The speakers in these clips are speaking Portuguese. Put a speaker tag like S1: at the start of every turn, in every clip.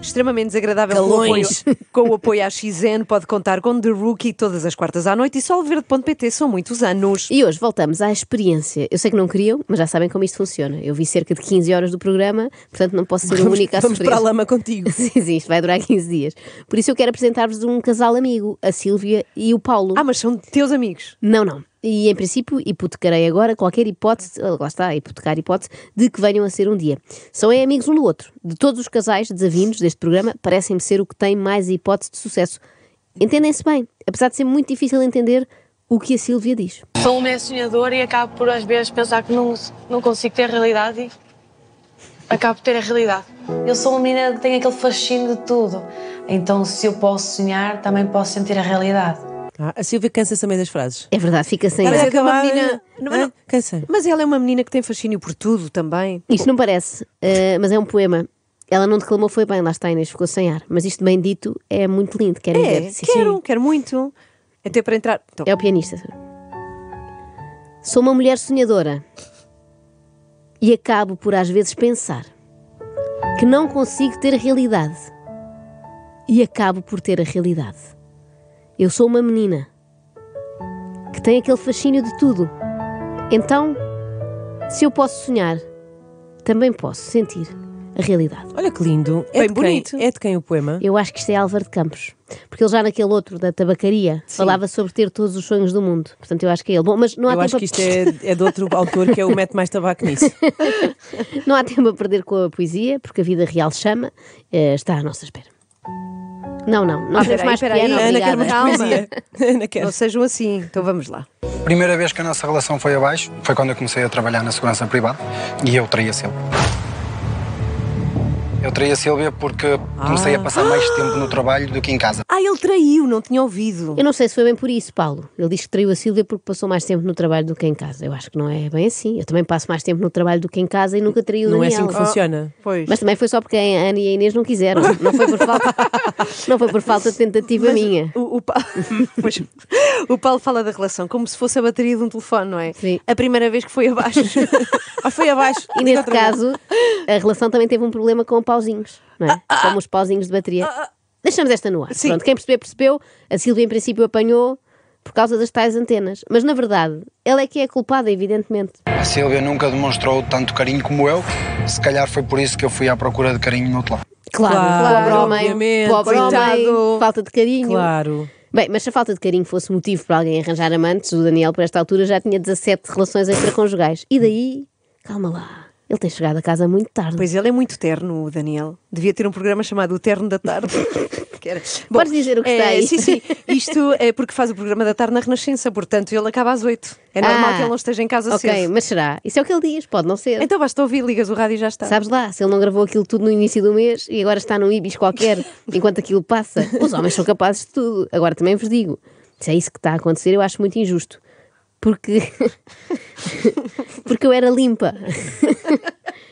S1: extremamente desagradável com o, apoio,
S2: Calões.
S1: com o apoio à XN. Pode contar com The Rookie todas as quartas à noite e solverde.pt são muitos anos.
S2: E hoje voltamos à experiência. Eu sei que não queriam, mas já sabem como isto funciona. Eu vi cerca de 15 horas do programa, portanto não posso ser o único a
S3: Vamos
S2: sofrer.
S3: para a lama contigo.
S2: Sim, sim, isto vai durar 15 dias. Por isso eu quero apresentar-vos um casal amigo, a Sílvia e o Paulo.
S1: Ah, mas são teus amigos.
S2: Não, não. E em princípio hipotecarei agora qualquer hipótese, ah, lá está, hipotecar hipótese, de que venham a ser um dia. São é amigos um do outro. De todos os casais desavindos deste programa, parecem-me ser o que tem mais hipótese de sucesso. Entendem-se bem, apesar de ser muito difícil entender o que a Sílvia diz.
S4: Sou uma mulher sonhadora e acabo por às vezes pensar que não, não consigo ter a realidade e acabo por ter a realidade. Eu sou uma menina que tem aquele fascínio de tudo. Então se eu posso sonhar, também posso sentir a realidade.
S3: Ah, a Silvia cansa-se também das frases.
S2: É verdade, fica sem
S3: Ela
S2: ar.
S3: é
S1: que é uma
S3: acabada,
S1: menina- não,
S3: hã?
S1: não.
S3: Cansa.
S1: Mas ela é uma menina que tem fascínio por tudo também.
S2: Isto não parece, eh, mas é um poema. Ela não declamou, foi bem, lá está Inês, ficou sem ar. Mas isto bem dito é muito lindo, querem
S1: É,
S2: ver? Sim.
S1: quero, quero muito. Até para entrar. Então,
S2: É o pianista. Sou uma mulher sonhadora e acabo por às vezes pensar que não consigo ter a realidade e acabo por ter a realidade. Eu sou uma menina que tem aquele fascínio de tudo. Então, se eu posso sonhar, também posso sentir a realidade.
S3: Olha que lindo. É
S1: Bem
S3: de
S1: bonito.
S3: Quem, é de quem o poema?
S2: Eu acho que isto é Álvaro de Campos, porque ele já naquele outro da tabacaria falava sobre ter todos os sonhos do mundo. Portanto, eu acho que é ele. Bom, mas não há
S3: Eu
S2: tempo
S3: acho
S2: a-
S3: que isto é, é de outro autor que é o Mete Mais Tabaco nisso.
S2: Não há tempo a perder com a poesia, porque a vida real chama, eh, está à nossa espera. Não, não, não temos
S1: peraí,
S2: mais
S1: peraí.
S2: piano,
S1: Ana,
S3: Ah, Ana quer
S2: obrigada.
S3: mais
S1: Calma.
S3: poesia. Ana quer.
S1: não sejam assim. Então vamos lá.
S5: Primeira vez que a nossa relação foi abaixo foi quando eu comecei a trabalhar na segurança privada e eu traí a Silvia. Eu traí a Silvia porque comecei a passar mais tempo no trabalho do que em casa.
S1: Ah, ele traiu, não tinha ouvido.
S2: Eu não sei se foi bem por isso, Paulo. Ele diz que traiu a Sílvia porque passou mais tempo no trabalho do que em casa. Eu acho que não é bem assim. Eu também passo mais tempo no trabalho do que em casa e nunca traí o
S3: Não é
S2: Daniel.
S3: assim que funciona.
S1: Pois.
S2: Mas também foi só porque a Ana e a Inês não quiseram. Não foi por falta, não foi por falta de tentativa minha.
S1: O, o Pa- Pois, o Paulo fala da relação como se fosse a bateria de um telefone, não é?
S2: Sim.
S1: A primeira vez que foi abaixo.
S3: Ah, foi abaixo.
S2: E
S3: Liga
S2: neste
S3: outra vez.
S2: caso, a relação também teve um problema com pauzinhos, não
S1: Ah,
S2: é? Como os pauzinhos de bateria. Deixamos esta no ar.
S1: Sim.
S2: Pronto, quem perceber, percebeu. A Silvia, em princípio, apanhou por causa das tais antenas. Mas, na verdade, ela é que é a culpada, evidentemente.
S5: A Silvia nunca demonstrou tanto carinho como eu. Se calhar foi por isso que eu fui à procura de carinho no outro lado.
S2: Claro,
S3: Claro,
S2: pobre homem,
S3: obviamente.
S2: pobre homem,
S1: Coitado.
S2: falta de carinho.
S3: Claro.
S2: Bem, mas se a falta de carinho fosse motivo para alguém arranjar amantes, o Daniel, por esta altura, já tinha 17 relações extraconjugais. E daí, calma lá, ele tem chegado a casa muito tarde.
S1: Pois ele é muito terno, o Daniel. Devia ter um programa chamado O Terno da Tarde. Que era-
S2: Podes dizer o que está
S1: é,
S2: aí.
S1: Sim, sim. Isto é porque faz o programa da tarde na Renascença, portanto ele acaba às oito. É normal
S2: Ah,
S1: que ele não esteja em casa
S2: Ok,
S1: cedo.
S2: mas será? Isso é o que ele diz, pode não ser.
S1: Então basta ouvir, ligas o rádio e já está.
S2: Sabes lá, se ele não gravou aquilo tudo no início do mês e agora está num Ibis qualquer, enquanto aquilo passa, os homens são capazes de tudo. Agora também vos digo, se é isso que está a acontecer, eu acho muito injusto. Porque. Porque eu era limpa.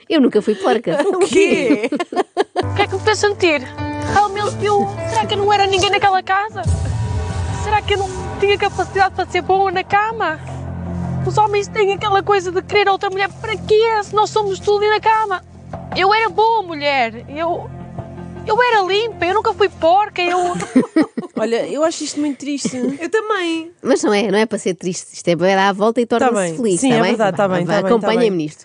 S2: Eu nunca fui porca.
S1: O quê?
S4: O que é que me fez sentir? Oh meu Deus, será que eu não era ninguém naquela casa? Será que eu não tinha capacidade para ser boa na cama? Os homens têm aquela coisa de querer outra mulher. Para quê? Se nós somos tudo e na cama. Eu era boa mulher. Eu. Eu era limpa, eu nunca fui porca, eu.
S3: Olha, eu acho isto muito triste.
S1: Eu também.
S2: Mas não é, não é para ser triste. Isto é para dar a volta e torna-se
S3: bem.
S2: feliz.
S3: Sim,
S2: tá
S3: é
S2: bem?
S3: verdade, tá
S2: Vá,
S3: bem,
S2: vá,
S3: tá bem, tá
S2: Acompanha-me
S3: bem.
S2: nisto.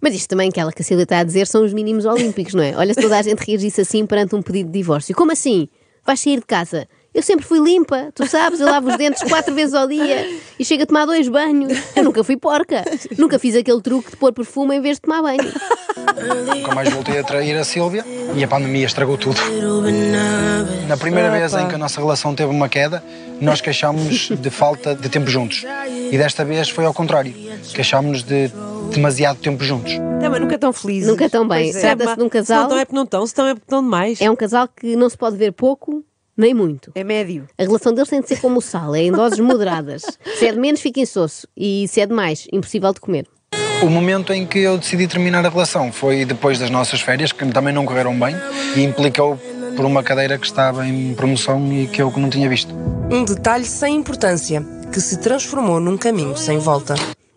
S2: Mas isto também que ela que a Cecília está a dizer são os mínimos olímpicos, não é? Olha se toda a gente reagisse assim perante um pedido de divórcio. Como assim? Vais sair de casa? Eu sempre fui limpa, tu sabes, eu lavo os dentes quatro vezes ao dia e chego a tomar dois banhos. Eu nunca fui porca. Nunca fiz aquele truque de pôr perfume em vez de tomar banho.
S5: Nunca mais voltei a trair a Silvia e a pandemia estragou tudo. Na primeira vez em que a nossa relação teve uma queda, nós queixámos de falta de tempo juntos. E desta vez foi ao contrário. Queixámos de demasiado tempo juntos.
S1: Também nunca tão felizes.
S2: Nunca tão bem.
S1: Pois é,
S2: Trata-se
S1: ma-
S2: de
S3: Se não
S2: um casal.
S3: estão é porque não estão, se estão é porque estão demais.
S2: É um casal que não se pode ver pouco nem muito.
S1: É médio.
S2: A relação deles tem de ser como o sal, é em doses moderadas. Se é de menos, fica insosso. E se é de mais, impossível de comer.
S5: O momento em que eu decidi terminar a relação foi depois das nossas férias, que também não correram bem, e implicou por uma cadeira que estava em promoção e que eu não tinha visto.
S6: Um detalhe sem importância que se transformou num caminho sem volta.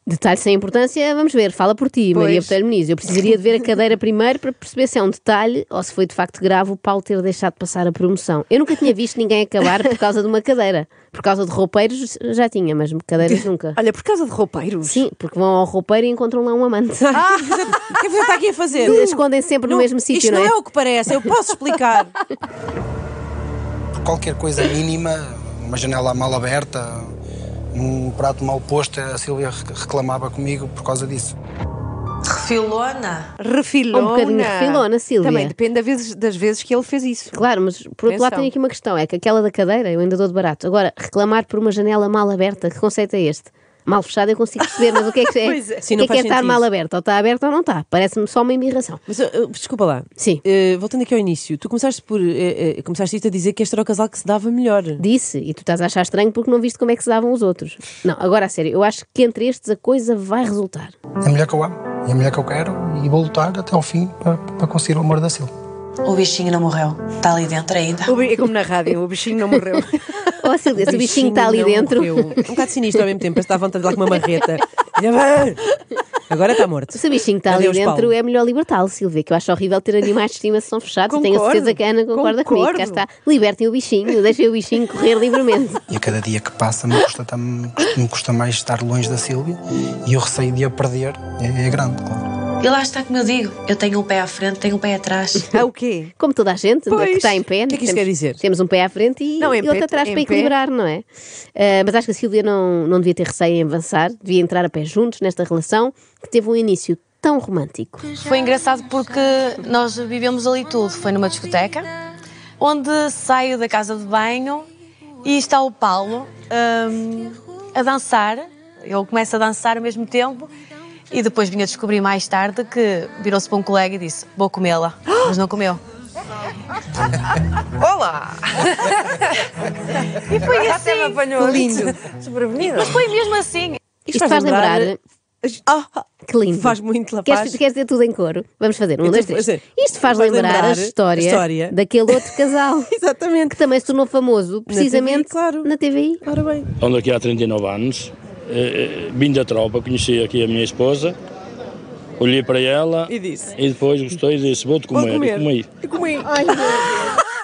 S2: Detalhe sem importância, vamos ver, fala por ti, Maria Botelho Muniz. Eu precisaria de ver a cadeira primeiro para perceber se é um detalhe ou se foi de facto grave o Paulo ter deixado passar a promoção. Eu nunca tinha visto ninguém acabar por causa de uma cadeira. Por causa de roupeiros já tinha, mas cadeiras nunca.
S1: Olha, por causa de roupeiros.
S2: Sim, porque vão ao roupeiro e encontram lá um amante.
S6: Ah, o que é que você- o que é que você está aqui a fazer?
S2: Escondem sempre no
S6: Não,
S2: mesmo sítio,
S6: Isto
S2: não é?
S6: não é o que parece, eu posso explicar.
S7: Qualquer coisa mínima, uma janela mal aberta, um prato mal posto, a Silvia rec- reclamava comigo por causa disso.
S8: Refilona.
S1: Refilona.
S2: Um bocadinho refilona, Sílvia.
S1: Também depende das vezes, das vezes que ele fez isso.
S2: Claro, mas por outro lado
S1: Atenção.
S2: tenho aqui uma questão: é que aquela da cadeira eu ainda dou de barato. Agora, reclamar por uma janela mal aberta, que conceito é este? Mal fechada eu consigo perceber, mas o que é que é?
S6: Pois é. Sim,
S2: o
S6: não
S2: que é, que é
S6: faz
S2: estar
S6: sentido.
S2: mal aberta? Ou está aberta ou não está? Parece-me só uma embirração.
S6: Mas eu- eu- desculpa lá.
S2: Sim.
S6: Eh, voltando aqui ao início, tu começaste por eh, eh, começaste isto a dizer que este era o casal que se dava melhor.
S2: Disse, e tu estás a achar estranho porque não viste como é que se davam os outros. Não, agora a sério, eu acho que entre estes a coisa vai resultar.
S7: É a mulher que eu amo, é a mulher que eu quero e vou lutar até ao fim para, para conseguir o amor da Silvia.
S8: O bichinho não morreu. Está ali dentro ainda.
S1: O bi- É como na rádio, o bichinho não morreu.
S2: Ó Oh, Silvia, se o bichinho está ali
S6: não
S2: dentro.
S6: morreu. Um bocado sinistro ao mesmo tempo, parece que está à vontade de lá com uma marreta. Olha, vai! Agora está morto.
S2: Se o bichinho está ali
S6: Adeus,
S2: dentro,
S6: Paulo.
S2: é melhor libertá-lo, Silvia, que eu acho horrível ter animais de estimação fechados e tenho a
S1: Concordo,
S2: certeza que a Ana concorda comigo. Cá
S1: concordo.
S2: está. Libertem o bichinho, deixem o bichinho correr livremente.
S7: E a cada dia que passa me custa, tam- me custa mais estar longe da Silvia e o receio de a perder é, é grande, claro.
S8: E lá está como eu digo. Eu tenho um pé à frente, tenho um pé atrás.
S1: Ah, o quê?
S2: Como toda a gente, né,
S1: Pois.
S2: que está em pé.
S6: O que é que
S2: temos-
S6: isto quer dizer?
S2: Temos um pé à frente e,
S1: Não, em
S2: e outro
S1: pé-
S2: atrás
S1: em
S2: para
S1: pé.
S2: equilibrar, não é? Ah, mas acho que a Silvia não, não devia ter receio em avançar, devia entrar a pé juntos nesta relação que teve um início tão romântico.
S4: Foi engraçado porque nós vivemos ali tudo. Foi numa discoteca, onde saio da casa de banho e está o Paulo hum, a dançar. Eu começo a dançar ao mesmo tempo e depois vim a descobrir mais tarde que virou-se para um colega e disse: Vou comê-la, mas não comeu. Olá! e foi assim.
S1: Lindo.
S4: Mas foi mesmo assim.
S2: Isto, faz lembrar.
S6: Ah,
S2: Que lindo.
S6: Faz muito, lá
S2: Queres,
S6: faz.
S2: queres dizer tudo em coro? Vamos fazer. Um,
S6: Eu
S2: dois,
S6: tenho que
S2: três.
S6: fazer.
S2: Isto faz,
S6: Faz
S2: lembrar, a
S6: lembrar
S2: história,
S6: a história.
S2: daquele outro casal
S6: exatamente.
S2: que também se tornou famoso precisamente
S6: claro.
S2: na TVI.
S6: Ora bem.
S9: Ando aqui há 39 anos, eh, eh, vim da tropa, conheci aqui a minha esposa, olhei para ela
S6: E disse?
S9: e depois gostei e disse: Vou-te comer. e
S6: comer.
S9: comi.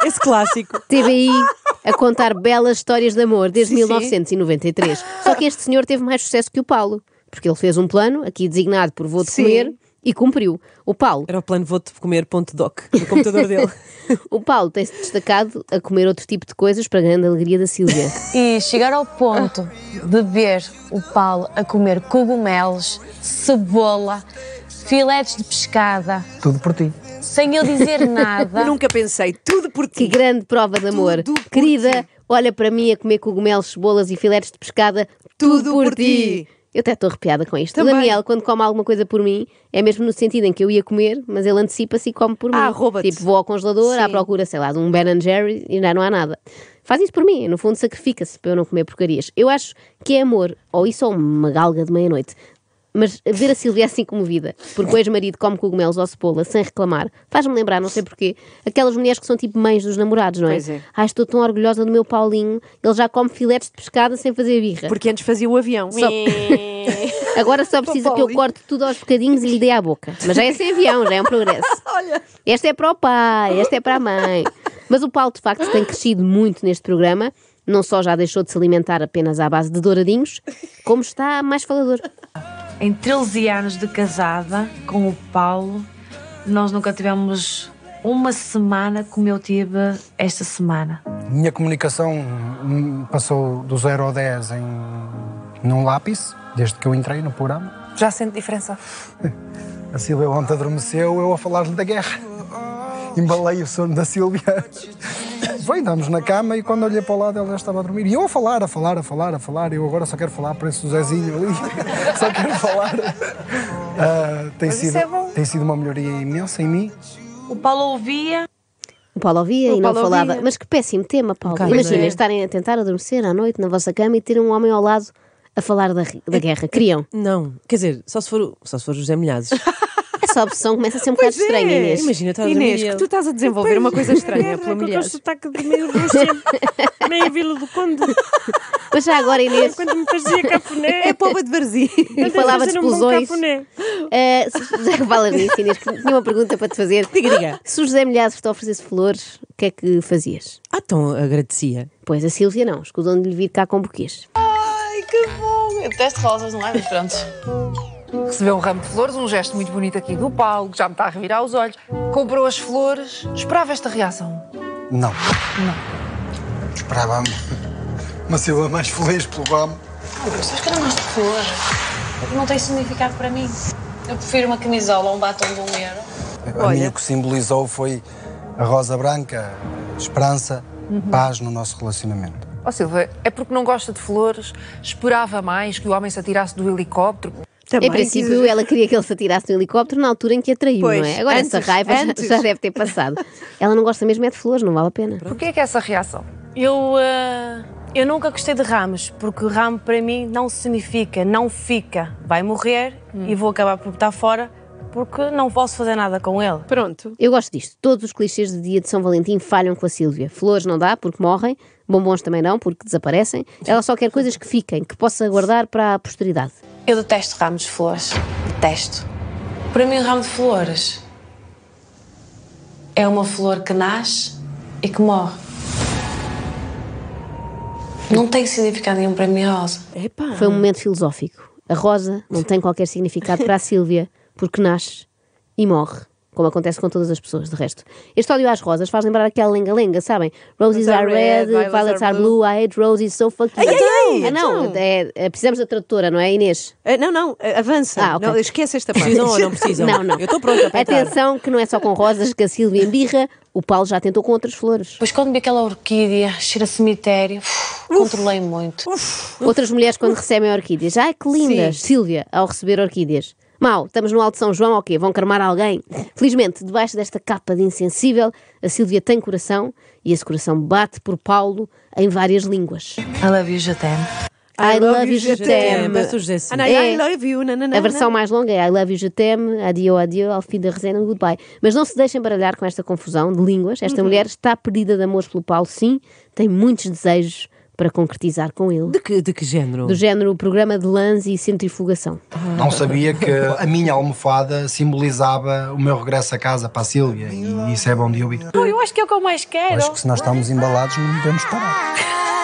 S6: Esse clássico.
S2: TVI a contar belas histórias de amor desde 1993. Só que este senhor teve mais sucesso que o Paulo, porque ele fez um plano, aqui designado por Vou de
S1: Sim.
S2: Comer, e cumpriu. O Paulo,
S6: Era o plano vou-te comer ponto doc no computador dele.
S2: o Paulo tem-se destacado a comer outro tipo de coisas para a grande alegria da Silvia.
S4: E chegar ao ponto de ver o Paulo a comer cogumelos, cebola, filetes de pescada,
S7: Tudo por ti.
S4: sem ele dizer nada.
S1: Nunca pensei, tudo por
S2: Que
S1: ti.
S2: grande prova de amor.
S1: Tudo por
S2: Querida, olha para mim a comer cogumelos, cebolas e filetes de pescada. Tudo,
S1: Tudo
S2: por,
S1: por
S2: ti.
S1: ti.
S2: Eu até estou arrepiada com isto.
S1: Também.
S2: O Daniel, quando come alguma coisa por mim, é mesmo no sentido em que eu ia comer, mas ele antecipa-se e come por
S1: Ah,
S2: mim.
S1: rouba-te.
S2: Tipo, vou ao congelador à procura, sei lá, de um Ben Jerry's e ainda não há nada. Faz isso por mim, no fundo sacrifica-se para eu não comer porcarias. Eu acho que é amor, ou isso ou uma galga de meia-noite. Mas ver a Silvia assim comovida, porque o ex-marido come cogumelos ou cebola sem reclamar, faz-me lembrar, não sei porquê, aquelas mulheres que são tipo mães dos namorados, não é?
S1: Pois é.
S2: Ai, estou tão orgulhosa do meu Paulinho, ele já come filetes de pescada sem fazer birra.
S1: Porque antes fazia o avião.
S2: Só- Agora só precisa que eu
S1: Paulinho.
S2: corte tudo aos bocadinhos e lhe dê à boca. Mas já é sem avião, já é um progresso. Esta é para o pai, esta é para a mãe. Mas o Paulo, de facto, tem crescido muito neste programa. Não só já deixou de se alimentar apenas à base de douradinhos, como está mais falador.
S4: Em 13 anos de casada com o Paulo, nós nunca tivemos uma semana como eu tive esta semana.
S7: Minha comunicação hum, passou do 0 ao 10 em, num lápis, desde que eu entrei no programa.
S8: Já sente diferença?
S7: A Silvia ontem adormeceu, eu a falar-lhe da guerra. Embalei o sono da Silvia. Foi, damos na cama e quando olhei para o lado ela já estava a dormir. E eu a falar, a falar, a falar, a falar. Eu agora só quero falar, parece o Zezinho ali. Só quero falar. Ah, tem, sido, tem sido uma melhoria imensa em mim.
S4: O Paulo ouvia,
S2: O Paulo ouvia
S1: O
S2: e
S1: Paulo
S2: não falava.
S1: ouvia.
S2: Mas que péssimo tema, Paulo.
S6: bocado,
S2: Imaginem
S6: não é?
S2: estarem a tentar adormecer à noite na vossa cama e terem um homem ao lado a falar da, da guerra. Queriam.
S6: Não, quer dizer, só se for, o- só se for o José Milhazes.
S2: A essa obsessão começa a ser um bocado estranha, Inês.
S6: é. Imagina, estás
S1: Inês,
S6: a
S1: que tu estás a desenvolver uma coisa estranha pela
S6: mulher.
S1: mulher.
S6: sotaque de meio roxo, meio Vila do Conde,
S2: Mas já agora, Inês,
S6: quando me fazia cafuné.
S1: É poba de Varzim.
S2: e falava de
S6: um
S2: explosões. eh, se- já que falas nisso, Inês, que tinha uma pergunta para te fazer. Ah,
S6: Diga, diga.
S2: Se o José Milhazes te oferecesse flores, o que é que fazias?
S6: Ah, então agradecia.
S2: Pois a Silvia não, escusam de lhe vir cá com buquês.
S4: Ai, que bom! Eu detesto rosas, não é? Mas pronto.
S10: Recebeu um ramo de flores, um gesto muito bonito aqui do Paulo, que já me está a revirar os olhos. Comprou as flores. Esperava esta reação.
S7: Não. Não. Esperava uma Silva mais feliz pelo ramo.
S4: Sabes que eu não gosto de cor? Não tem significado para mim. Eu prefiro uma camisola ou um batom de um euro.
S7: A mim o que simbolizou foi a rosa branca, a esperança, paz no nosso relacionamento.
S10: Ó Silva, é porque não gosta de flores? Esperava mais que o homem se atirasse do helicóptero?
S2: em princípio, ela queria que ele se atirasse no helicóptero na altura em que a traiu,
S1: Pois,
S2: não é? Agora essa
S1: antes,
S2: raiva já-
S1: antes.
S2: já deve ter passado. Ela não gosta mesmo é de flores, não vale a pena.
S10: Porquê é que é essa reação?
S4: Eu, ah, eu nunca gostei de ramos, porque ramo para mim não significa, não fica. Vai morrer e vou acabar por botar fora, porque não posso fazer nada com ele.
S1: Pronto.
S2: Eu gosto disto. Todos os clichês de dia de São Valentim falham com a Sílvia. Flores não dá, porque morrem. Bombons também não, porque desaparecem. Ela só quer coisas que fiquem, que possa guardar para a posteridade.
S4: Eu detesto ramos de flores. Detesto. Para mim, o ramo de flores é uma flor que nasce e que morre. Não tem significado nenhum para mim a rosa.
S1: Epá.
S2: Foi um momento filosófico. A rosa não tem qualquer significado para a Sílvia, porque nasce e morre, como acontece com todas as pessoas, de resto. Este ódio às rosas faz lembrar aquela lenga-lenga, sabem? Roses are red, violets are blue, I hate roses, so fuck you.
S1: ai,
S2: ah, não,
S1: então.
S2: é- é- precisamos da tradutora, não é, Inês?
S1: Ah, Não, não, ah, avança.
S2: Ah, ok.
S1: Não, esquece esta parte.
S6: Precisam ou não precisam?
S2: Não, não.
S6: Eu estou pronta para entrar.
S2: Atenção, que não é só com rosas que a Sílvia embirra, o Paulo já tentou com outras flores.
S4: Depois, quando vi aquela orquídea, cheira a cemitério, controlei muito.
S2: Outras mulheres, quando recebem orquídeas, ai que lindas! Sílvia, ao receber orquídeas. Mal, estamos no Alto São João ou quê? Vão carmar alguém? Felizmente, debaixo desta capa de insensível, a Sílvia tem coração e esse coração bate por Paulo em várias línguas.
S4: I love you, Jatem.
S2: I, love you, Jatem.
S6: Mas o José
S1: Ah,
S6: sim.
S1: não,
S2: É.
S1: I love you. Não, não, não,
S2: A versão
S1: não.
S2: mais longa é I love you, Jatem, adio, adio, ao fim da resenha, goodbye. Mas não se deixem baralhar com esta confusão de línguas. Esta
S6: Uhum.
S2: mulher está perdida de amores pelo Paulo, sim, tem muitos desejos para concretizar com ele.
S6: De que, de que género?
S2: Do género programa de lãs e centrifugação.
S7: Não sabia que a minha almofada simbolizava o meu regresso a casa para a Sílvia e isso é bom de ouvir.
S4: Eu acho que é o que eu mais quero.
S7: Acho que se nós estamos embalados não devemos parar.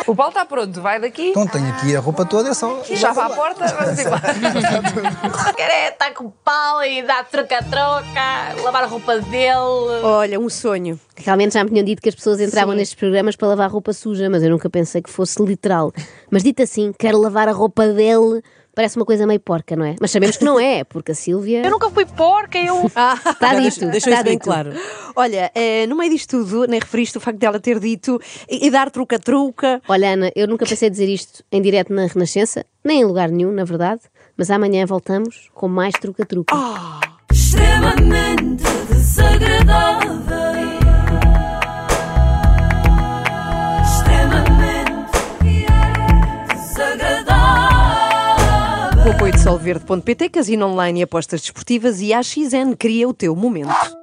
S10: O Paulo está pronto, vai daqui,
S7: Então tenho aqui a roupa toda, é só...
S10: chave à porta, vamos embora.
S4: Quero é estar com o pau e dar troca-troca, lavar a roupa dele.
S1: Olha, um sonho.
S2: Realmente já me tinham dito que as pessoas entravam nestes programas para lavar roupa suja, mas eu nunca pensei que fosse literal. Mas dito assim, quero lavar a roupa dele, parece uma coisa meio porca, não é? Mas sabemos que não é, porque a Sílvia.
S11: Eu nunca fui porca, eu.
S2: Está Tá dito.
S6: Deixa, deixa
S2: está
S6: isso bem
S2: dito.
S6: claro.
S1: Olha, eh, no meio disto tudo, nem referiste o facto dela ter dito e, e dar truca-truca.
S2: Olha, Ana, eu nunca pensei dizer isto em direto na Renascença, nem em lugar nenhum, na verdade, mas amanhã voltamos com mais truca-truca.
S12: extremamente desagradável. Extremamente desagradável.
S1: Com o apoio de solverde.pt, casino online e apostas desportivas e AXN cria o teu momento.